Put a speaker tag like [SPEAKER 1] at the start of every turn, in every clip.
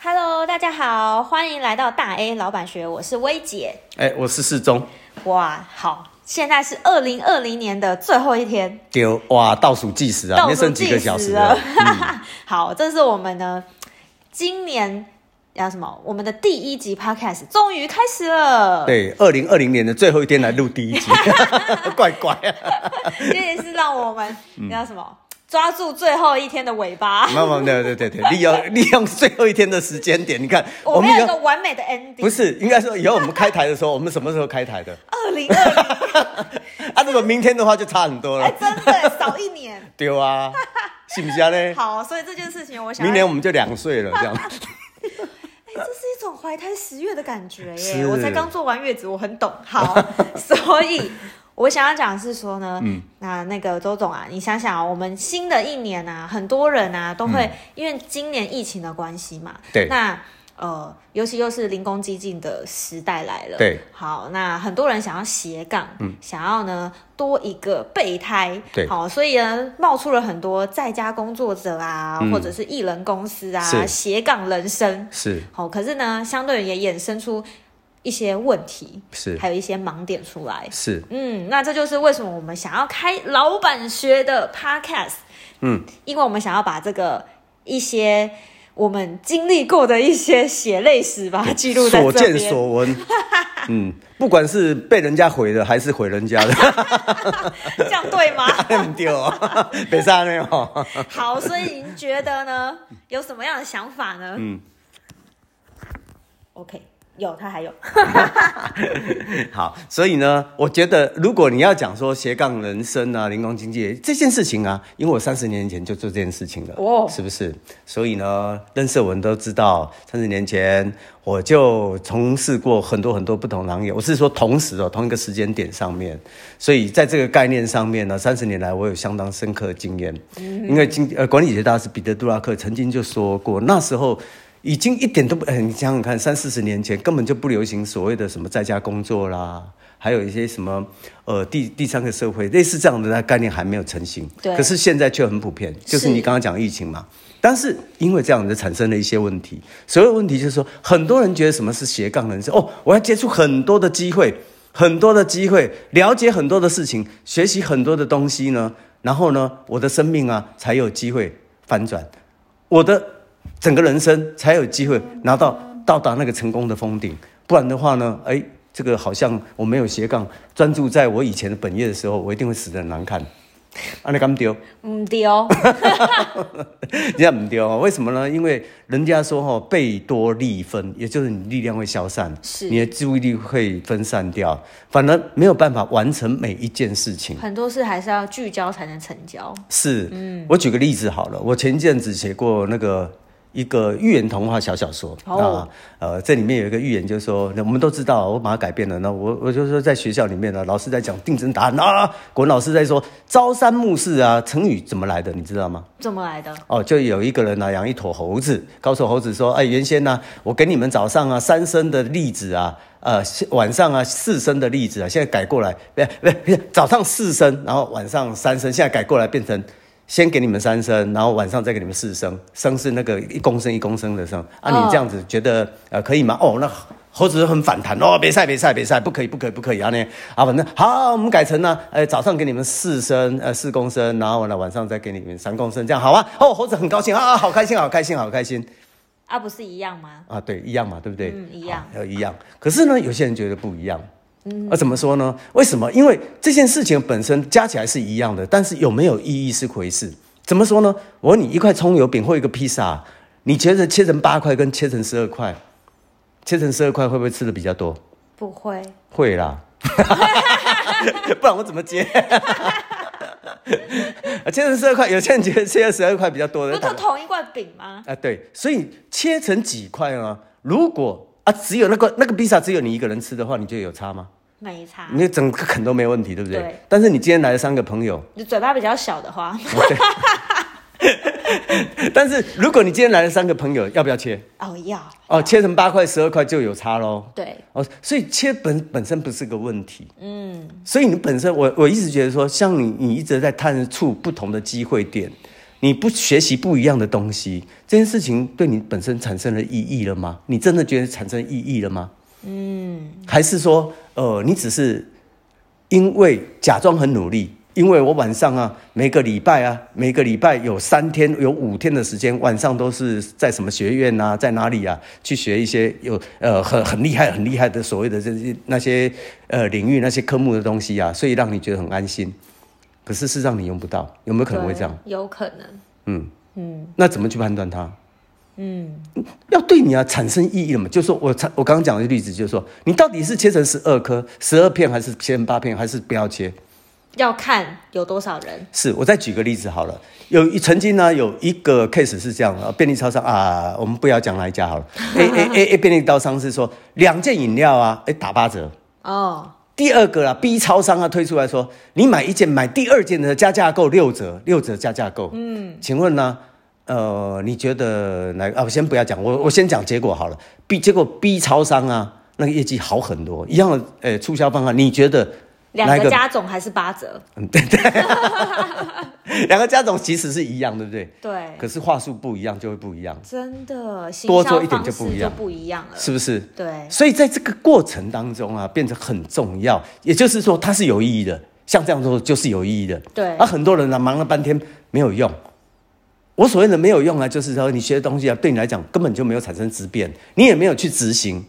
[SPEAKER 1] Hello，大家好，欢迎来到大 A 老板学，我是薇姐。
[SPEAKER 2] 哎，我是世忠，
[SPEAKER 1] 哇，好，现在是二零二零年的最后一天，
[SPEAKER 2] 丢哇倒数计时啊，
[SPEAKER 1] 倒
[SPEAKER 2] 没
[SPEAKER 1] 数
[SPEAKER 2] 剩几
[SPEAKER 1] 计
[SPEAKER 2] 个小时
[SPEAKER 1] 时啊了。
[SPEAKER 2] 嗯
[SPEAKER 1] 好，这是我们呢今年叫什么？我们的第一集 Podcast 终于开始了。
[SPEAKER 2] 对，二零二零年的最后一天来录第一 集，怪怪啊。
[SPEAKER 1] 这也是让我们
[SPEAKER 2] 嗯
[SPEAKER 1] 叫什么？抓住最后一天的尾巴。
[SPEAKER 2] 慢慢对对对对，利用利用最后一天的时间点，你看
[SPEAKER 1] 我们有一个
[SPEAKER 2] 要
[SPEAKER 1] 完美的 ending。
[SPEAKER 2] 不是应该说以后我们开台的时候，我们什么时候开台的？
[SPEAKER 1] 二零二零，
[SPEAKER 2] 啊，如果明天的话就差很多
[SPEAKER 1] 哎，
[SPEAKER 2] 了，
[SPEAKER 1] 真的少一年。
[SPEAKER 2] 丢啊，是不是啊 嘞？
[SPEAKER 1] 好，所以这件事情我想要，
[SPEAKER 2] 明年我们就两岁了，这样
[SPEAKER 1] 哎这是一种怀胎十月的感觉耶！
[SPEAKER 2] 是
[SPEAKER 1] 我才刚做完月子，我很懂。好， 所以我想要讲的是说呢，
[SPEAKER 2] 嗯
[SPEAKER 1] 那那个周总啊，你想想啊，我们新的一年啊，很多人啊都会、因为今年疫情的关系嘛，
[SPEAKER 2] 嗯对
[SPEAKER 1] 那。呃，尤其又是零工激进的时代来了，
[SPEAKER 2] 对，
[SPEAKER 1] 好，那很多人想要斜杠，嗯，想要呢多一个备胎，
[SPEAKER 2] 对
[SPEAKER 1] 好，所以呢冒出了很多在家工作者啊，
[SPEAKER 2] 嗯
[SPEAKER 1] 或者是艺人公司啊，
[SPEAKER 2] 是
[SPEAKER 1] 斜杠人生，
[SPEAKER 2] 是
[SPEAKER 1] 好、可是呢，相对也衍生出一些问题，
[SPEAKER 2] 是
[SPEAKER 1] 还有一些盲点出来。
[SPEAKER 2] 是，
[SPEAKER 1] 嗯，那这就是为什么我们想要开老板学的 podcast，
[SPEAKER 2] 嗯，
[SPEAKER 1] 因为我们想要把这个一些我们经历过的一些血泪史吧，记录在
[SPEAKER 2] 所
[SPEAKER 1] 这
[SPEAKER 2] 见
[SPEAKER 1] 边。
[SPEAKER 2] 所 闻，嗯，不管是被人家毁的还是毁人家的。
[SPEAKER 1] 这样对吗？
[SPEAKER 2] 唔对 哦，别删了哦。
[SPEAKER 1] 好，所以您觉得呢？有什么样的想法呢？
[SPEAKER 2] 嗯
[SPEAKER 1] ，OK，有，他还有，
[SPEAKER 2] 好，所以呢，我觉得如果你要讲说斜杠人生啊、零工经济这件事情啊，因为我三十年前就做这件事情了，
[SPEAKER 1] 哦
[SPEAKER 2] 是不是？所以呢，认识我们都知道，三十年前我就从事过很多很多不同行业，我是说同时哦，同一个时间点上面，所以在这个概念上面呢，三十年来我有相当深刻的经验，
[SPEAKER 1] 嗯
[SPEAKER 2] 因为经呃管理学大师彼得·杜拉克曾经就说过，那时候。已经一点都不，哎你想想看，三四十年前根本就不流行所谓的什么在家工作啦，还有一些什么呃第第三个社会类似这样的概念还没有成型，
[SPEAKER 1] 对
[SPEAKER 2] 可是现在却很普遍，就
[SPEAKER 1] 是
[SPEAKER 2] 是你刚刚讲疫情嘛。但是因为这样子产生了一些问题，所有问题就是说，很多人觉得什么是斜杠人生哦，我要接触很多的机会，很多的机会，了解很多的事情，学习很多的东西呢，然后呢，我的生命啊才有机会反转，我的整个人生才有机会拿到到达那个成功的峰顶，不然的话呢，哎，这个好像我没有斜杠，专注在我以前的本业的时候，我一定会死得很难看。啊，你敢丢？
[SPEAKER 1] 嗯，对哦，
[SPEAKER 2] 人家不丢哦，为什么呢？因为人家说哈、哦，贝多利分，也就是你力量会消散，
[SPEAKER 1] 是
[SPEAKER 2] 你的注意力会分散掉，反而没有办法完成每一件事情。
[SPEAKER 1] 很多事还是要聚焦才能成交。
[SPEAKER 2] 是，
[SPEAKER 1] 嗯
[SPEAKER 2] 我举个例子好了，我前一阵子写过那个一个寓言童话小小说啊、
[SPEAKER 1] 哦
[SPEAKER 2] 呃，这里面有一个寓言，就是说，那我们都知道，我把它改变了。那我我就说，在学校里面呢，老师在讲定真答案啊，国文老师在说朝三暮四啊，成语怎么来的，你知道吗？
[SPEAKER 1] 怎么来的？
[SPEAKER 2] 哦，就有一个人呢、养一坨猴子，告诉猴子说：“哎，原先呢、我给你们早上啊三升的栗子啊，呃，晚上啊四升的栗子啊，现在改过来，不不不，早上四升，然后晚上三升，现在改过来变成先给你们三升，然后晚上再给你们四升，升是那个一公升一公升的升啊，
[SPEAKER 1] 哦
[SPEAKER 2] 你这样子觉得呃可以吗？哦，那。”猴子很反弹哦，别晒别晒别晒，不可以不可以不可以啊呢啊，反正好，我们改成呢、呃，早上给你们四升呃四公升，然后呢晚上再给你们三公升，这样好啊。哦，猴子很高兴啊，好开心好开心好开心
[SPEAKER 1] 啊，不是一样吗？
[SPEAKER 2] 啊，对，一样嘛，对不对？
[SPEAKER 1] 嗯一样
[SPEAKER 2] 好，呃一样。可是呢，有些人觉得不一样。嗯，啊，怎么说呢？为什么？因为这件事情本身加起来是一样的，但是有没有意义是回事。怎么说呢？我问你，一块葱油饼或一个披萨，你觉得切成八块跟切成十二块，切成十二块会不会吃的比较多？
[SPEAKER 1] 不会，
[SPEAKER 2] 会啦， 不然我怎么接？啊， 切成十二块，有些人觉得切十二块比较多
[SPEAKER 1] 不
[SPEAKER 2] 的
[SPEAKER 1] 是，都同一罐饼吗？
[SPEAKER 2] 啊，对，所以切成几块呢？如果啊，只有那个那个披萨只有你一个人吃的话，你觉得有差吗？
[SPEAKER 1] 没差，
[SPEAKER 2] 你整个啃都没问题，对不对？
[SPEAKER 1] 对
[SPEAKER 2] 但是你今天来了三个朋友，
[SPEAKER 1] 你嘴巴比较小的 话，
[SPEAKER 2] 但是如果你今天来了三个朋友，要不要切？
[SPEAKER 1] 哦要，
[SPEAKER 2] 哦，切成八块、十二块就有差喽。
[SPEAKER 1] 对，
[SPEAKER 2] 哦，所以切本本身不是个问题，嗯，所以你本身我我一直觉得说，像你你一直在探触不同的机会点，你不学习不一样的东西，这件事情对你本身产生了意义了吗？你真的觉得产生意义了吗？嗯，还是说，呃，你只是因为假装很努力，因为我晚上啊，每个礼拜啊，每个礼拜有三天、有五天的时间，晚上都是在什么学院啊，在哪里啊，去学一些有呃很很厉害、很厉害的所谓的这些那些呃领域、那些科目的东西啊，所以让你觉得很安心。可是事实上你用不到，有没有可能会这样？
[SPEAKER 1] 对有可能，
[SPEAKER 2] 嗯
[SPEAKER 1] 嗯
[SPEAKER 2] 那怎么去判断它？
[SPEAKER 1] 嗯
[SPEAKER 2] 要对你啊产生意义了嘛？就是说我才我刚刚讲的例子，就是说你到底是切成十二颗、十二片，还是切成八片，还是不要切？
[SPEAKER 1] 要看有多少人，
[SPEAKER 2] 是我再举个例子好了，有一曾经呢有一个 case 是这样的，便利超商啊，我们不要讲哪一家好了，A A A A 便利超商是说两件饮料啊，哎打八折。
[SPEAKER 1] 哦，
[SPEAKER 2] 第二个啊 b 超商啊推出来说，你买一件买第二件的加价购六折，六折加价购。嗯，请问呢？呃，你觉得哪个啊？我先不要讲，我我先讲结果好了。B 结果 B 超商啊，那个业绩好很多，一样的呃促销方案，你觉得
[SPEAKER 1] 两
[SPEAKER 2] 哪一
[SPEAKER 1] 个加总还是八折，
[SPEAKER 2] 两个加总其实是一样，对不对？
[SPEAKER 1] 对，
[SPEAKER 2] 可是话术不一样就会不一样，
[SPEAKER 1] 真的，行
[SPEAKER 2] 多
[SPEAKER 1] 销
[SPEAKER 2] 做一点
[SPEAKER 1] 方
[SPEAKER 2] 就不
[SPEAKER 1] 式
[SPEAKER 2] 一样
[SPEAKER 1] 不一样了，
[SPEAKER 2] 是不是？
[SPEAKER 1] 对，
[SPEAKER 2] 所以在这个过程当中啊，变得很重要，也就是说它是有意义的，像这样做就是有意义的。
[SPEAKER 1] 对
[SPEAKER 2] 啊，很多人呢、忙了半天没有用。我所谓的没有用啊，就是说你学的东西啊，对你来讲根本就没有产生质变，你也没有去执行，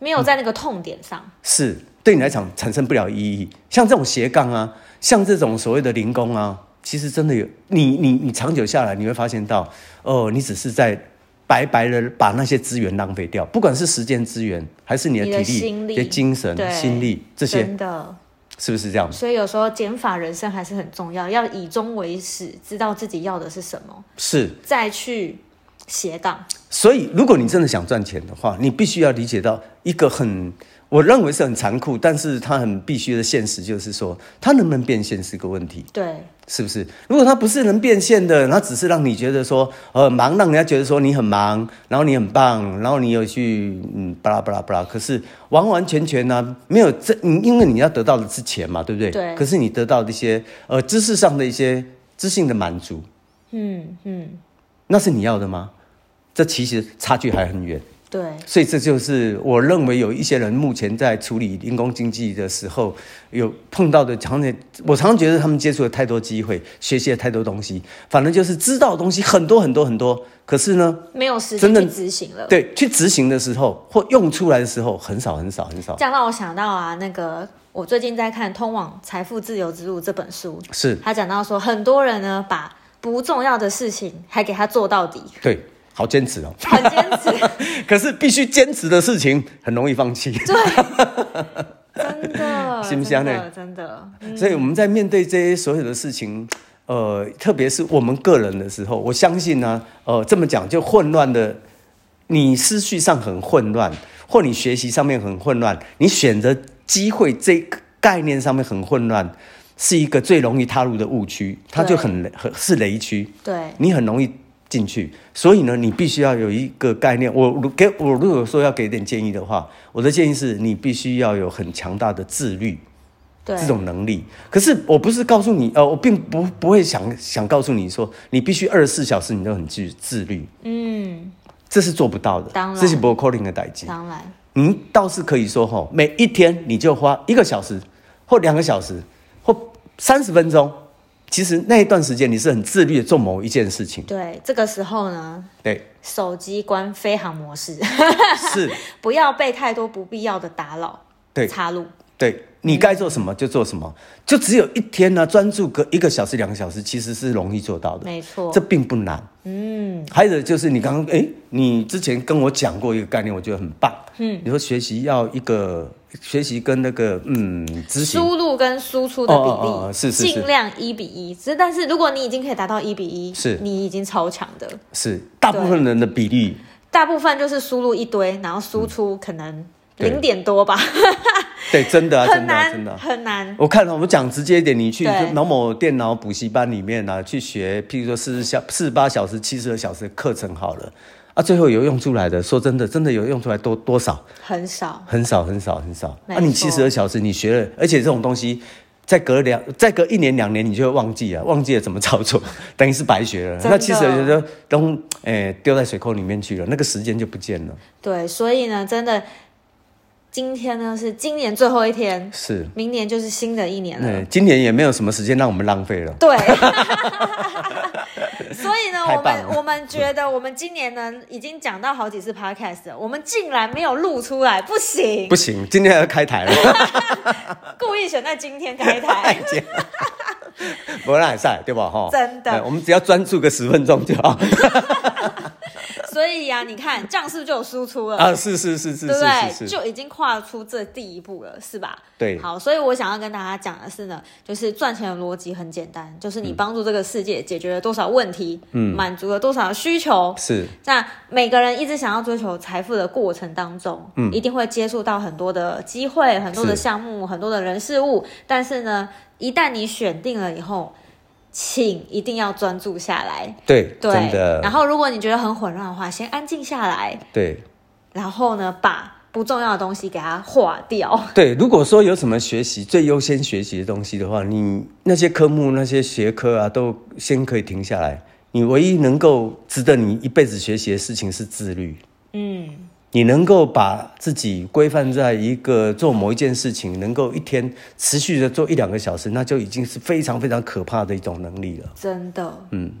[SPEAKER 1] 没有在那个痛点上，
[SPEAKER 2] 是对你来讲产生不了意义。像这种斜杠啊，像这种所谓的零工啊，其实真的有你你你长久下来，你会发现到，哦，你只是在白白的把那些资源浪费掉，不管是时间资源，还是你的
[SPEAKER 1] 你的
[SPEAKER 2] 体力、
[SPEAKER 1] 心力
[SPEAKER 2] 你的精神、
[SPEAKER 1] 对
[SPEAKER 2] 心力这些，
[SPEAKER 1] 真的，
[SPEAKER 2] 是不是这样？
[SPEAKER 1] 所以有时候减法人生还是很重要，要以终为始，知道自己要的是什么，
[SPEAKER 2] 是。
[SPEAKER 1] 再去斜杠，
[SPEAKER 2] 所以，如果你真的想赚钱的话，你必须要理解到一个很，我认为是很残酷，但是它很必须的现实，就是说，它能不能变现是个问题。
[SPEAKER 1] 对，
[SPEAKER 2] 是不是？如果它不是能变现的，它只是让你觉得说，呃，忙，让人家觉得说你很忙，然后你很棒，然后你有去嗯，巴拉巴拉巴拉。可是完完全全呢、没有这，你因为你要得到的是钱嘛，对不对？
[SPEAKER 1] 对
[SPEAKER 2] 可是你得到的一些呃知识上的一些知性的满足，
[SPEAKER 1] 嗯嗯，
[SPEAKER 2] 那是你要的吗？这其实差距还很远。
[SPEAKER 1] 对，
[SPEAKER 2] 所以这就是我认为有一些人目前在处理零工经济的时候，有碰到的常常，我常常觉得他们接触了太多机会，学习了太多东西，反正就是知道的东西很多很多很多，可是呢，
[SPEAKER 1] 没有时
[SPEAKER 2] 真
[SPEAKER 1] 间
[SPEAKER 2] 的
[SPEAKER 1] 去执行了。
[SPEAKER 2] 对，去执行的时候或用出来的时候很少很少很少，
[SPEAKER 1] 这样让我想到啊，那个我最近在看《通往财富自由之路》这本书，
[SPEAKER 2] 是
[SPEAKER 1] 他讲到说，很多人呢把不重要的事情还给他做到底，
[SPEAKER 2] 对，好坚持哦。
[SPEAKER 1] 很坚持，
[SPEAKER 2] 可是必须坚持的事情很容易放弃，
[SPEAKER 1] 真的，
[SPEAKER 2] 是不是啊
[SPEAKER 1] 真的真的，
[SPEAKER 2] 所以我们在面对这些所有的事情，呃，特别是我们个人的时候，我相信呢、呃，这么讲就混乱的，你思绪上很混乱，或你学习上面很混乱，你选择机会这个概念上面很混乱，是一个最容易踏入的误区，它就很很是雷区。
[SPEAKER 1] 对，
[SPEAKER 2] 你很容易进去。所以呢，你必须要有一个概念。我如给我如果说要给点建议的话，我的建议是你必须要有很强大的自律
[SPEAKER 1] 对，
[SPEAKER 2] 这种能力。可是我不是告诉你，呃，我并不不会想想告诉你说，你必须二十四小时你都很自自律，
[SPEAKER 1] 嗯，
[SPEAKER 2] 这是做不到的。
[SPEAKER 1] 当然
[SPEAKER 2] 这是不 calling 的代际。
[SPEAKER 1] 当然，
[SPEAKER 2] 你倒是可以说吼，每一天你就花一个小时，或两个小时，或三十分钟。其实那一段时间你是很自律的做某一件事情，
[SPEAKER 1] 对，这个时候呢，
[SPEAKER 2] 对，
[SPEAKER 1] 手机关飞行模式，
[SPEAKER 2] 是。
[SPEAKER 1] 不要被太多不必要的打扰
[SPEAKER 2] 对
[SPEAKER 1] 插入，
[SPEAKER 2] 对你该做什么就做什么，就只有一天呢、专注个一个小时、两个小时，其实是容易做到的，
[SPEAKER 1] 没错
[SPEAKER 2] 这，并不难。嗯，还有就是你刚刚哎，你之前跟我讲过一个概念，我觉得很棒。嗯，你说学习要一个学习跟那个嗯执行
[SPEAKER 1] 输入跟输出的比
[SPEAKER 2] 哦哦哦哦
[SPEAKER 1] 例
[SPEAKER 2] 是是是
[SPEAKER 1] 尽量一比一。只但是如果你已经可以达到一比一，
[SPEAKER 2] 是
[SPEAKER 1] 你已经超强的。
[SPEAKER 2] 是大部分人的比例
[SPEAKER 1] 大部分就是输入一堆，然后输出可能
[SPEAKER 2] 对
[SPEAKER 1] 零点多吧，
[SPEAKER 2] 对，真的啊，
[SPEAKER 1] 很
[SPEAKER 2] 真的啊、
[SPEAKER 1] 难
[SPEAKER 2] 真的啊、
[SPEAKER 1] 很难。
[SPEAKER 2] 我看了，我们讲直接一点，你去
[SPEAKER 1] 对
[SPEAKER 2] 某某电脑补习班里面啊，去学，譬如说四十小、四十八小时、七十二小时的课程好了，啊，最后有用出来的，说真的，真的有用出来多多少？
[SPEAKER 1] 很少，
[SPEAKER 2] 很少，很少，很少。
[SPEAKER 1] 没
[SPEAKER 2] 啊，你
[SPEAKER 1] 错
[SPEAKER 2] 七十二小时你学了，而且这种东西，再隔两再隔一年两年，你就会忘记了，啊忘记了怎么操作， 等于是白学了。
[SPEAKER 1] 真的
[SPEAKER 2] 那其实我觉得都诶丢在水沟里面去了，那个时间就不见了。
[SPEAKER 1] 对，所以呢，真的，今天呢是今年最后一天，
[SPEAKER 2] 是，
[SPEAKER 1] 明年就是新的一年了。
[SPEAKER 2] 对，今年也没有什么时间让我们浪费了。
[SPEAKER 1] 对， 所以呢，
[SPEAKER 2] 太
[SPEAKER 1] 我
[SPEAKER 2] 棒
[SPEAKER 1] 们
[SPEAKER 2] 了
[SPEAKER 1] 我们觉得我们今年呢已经讲到好几次 podcast，了我们竟然没有录出来，不行
[SPEAKER 2] 不，行，今天要开台了，
[SPEAKER 1] 故意选在今天开 台。
[SPEAKER 2] 太贱。不然赛啊对吧？哈，
[SPEAKER 1] 真的
[SPEAKER 2] 哎我们只要专注个十分钟就 好。
[SPEAKER 1] 所以呀、你看这样是不是就有输出了？
[SPEAKER 2] 啊，是是是是
[SPEAKER 1] 对不
[SPEAKER 2] 是
[SPEAKER 1] 对？
[SPEAKER 2] 是是，
[SPEAKER 1] 就已经跨出这第一步了，是吧？
[SPEAKER 2] 对
[SPEAKER 1] 好，所以我想要跟大家讲的是呢，就是赚钱的逻辑很简单，就是
[SPEAKER 2] 嗯
[SPEAKER 1] 你帮助这个世界解决了多少问题，嗯，满足了多少需求。
[SPEAKER 2] 是
[SPEAKER 1] 那每个人一直想要追求财富的过程当中，嗯，一定会接触到很多的机会、很多的
[SPEAKER 2] 是
[SPEAKER 1] 项目、很多的人事物。但是呢，一旦你选定了以后，请一定要专注下来。
[SPEAKER 2] 对，
[SPEAKER 1] 对，
[SPEAKER 2] 真的。
[SPEAKER 1] 然后如果你觉得很混乱的话，先安静下来，
[SPEAKER 2] 对
[SPEAKER 1] 然后呢，把不重要的东西给它划掉。
[SPEAKER 2] 对，如果说有什么学习最优先学习的东西的话，你那些科目、那些学科啊，都先可以停下来。你唯一能够值得你一辈子学习的事情是自律。
[SPEAKER 1] 嗯，
[SPEAKER 2] 你能够把自己规范在一个做某一件事情，能够一天持续的做一两个小时，那就已经是非常非常可怕的一种能力了。
[SPEAKER 1] 真的，嗯，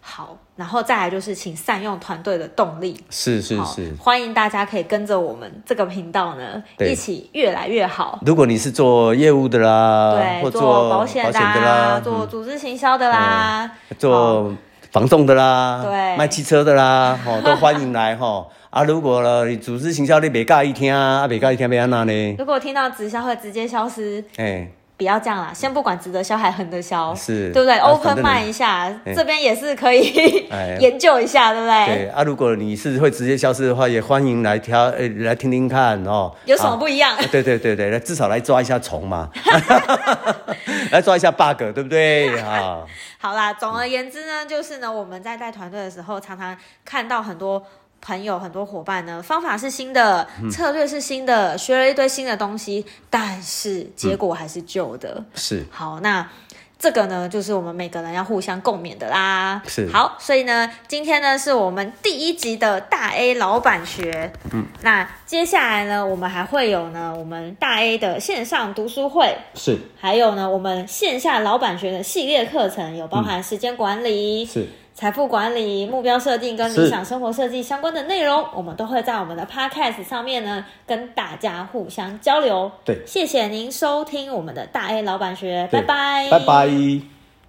[SPEAKER 1] 好，然后再来就是请善用团队的动力。
[SPEAKER 2] 是是
[SPEAKER 1] 好
[SPEAKER 2] 是，，
[SPEAKER 1] 欢迎大家可以跟着我们这个频道呢，
[SPEAKER 2] 对
[SPEAKER 1] 一起越来越好。
[SPEAKER 2] 如果你是做业务的啦，
[SPEAKER 1] 对，
[SPEAKER 2] 呃或
[SPEAKER 1] 做
[SPEAKER 2] 保
[SPEAKER 1] 保险
[SPEAKER 2] 的
[SPEAKER 1] 的啦，
[SPEAKER 2] 啦，嗯
[SPEAKER 1] 做组织行销的啦，
[SPEAKER 2] 做房仲的啦，
[SPEAKER 1] 对
[SPEAKER 2] 卖汽车的啦，吼、 都欢迎来吼、啊，如果呢，你组织行销你袂介意听啊，袂介意听要安那呢？
[SPEAKER 1] 如果听到直销会直接消失，
[SPEAKER 2] 哎、
[SPEAKER 1] 不要这样啦，先不管值得消还横得消，
[SPEAKER 2] 是
[SPEAKER 1] 对不对
[SPEAKER 2] 啊
[SPEAKER 1] ？Open
[SPEAKER 2] 反正
[SPEAKER 1] mind 一下，
[SPEAKER 2] 哎
[SPEAKER 1] 这边也是可以
[SPEAKER 2] 哎
[SPEAKER 1] 研究一下，对不
[SPEAKER 2] 对啊，如果你是会直接消失的话，也欢迎来挑，呃、来听听看哦。
[SPEAKER 1] 有什么
[SPEAKER 2] 啊
[SPEAKER 1] 不一样？
[SPEAKER 2] 对对对对，来至少来抓一下 虫嘛，来抓一下 bug，对不对啊？
[SPEAKER 1] 好啦，总而言之呢，就是呢，我们在带团队的时候，常常看到很多朋友、很多伙伴呢，方法是新的，
[SPEAKER 2] 嗯
[SPEAKER 1] 策略是新的，学了一堆新的东西，但是结果还是旧的。
[SPEAKER 2] 是
[SPEAKER 1] 好，那这个呢，就是我们每个人要互相共勉的啦。
[SPEAKER 2] 是
[SPEAKER 1] 好，所以呢，今天呢是我们第一集的大 A 老板学。嗯，那接下来呢，我们还会有呢，我们大 A 的线上读书会。
[SPEAKER 2] 是
[SPEAKER 1] 还有呢，我们线下老板学的系列课程有包含时间管理、
[SPEAKER 2] 是，
[SPEAKER 1] 财富管理、目标设定跟
[SPEAKER 2] 是
[SPEAKER 1] 理想生活设计相关的内容，我们都会在我们的 podcast 上面呢跟大家互相交流。
[SPEAKER 2] 对
[SPEAKER 1] 谢谢您收听我们的大 A 老板学，拜拜，
[SPEAKER 2] 拜拜。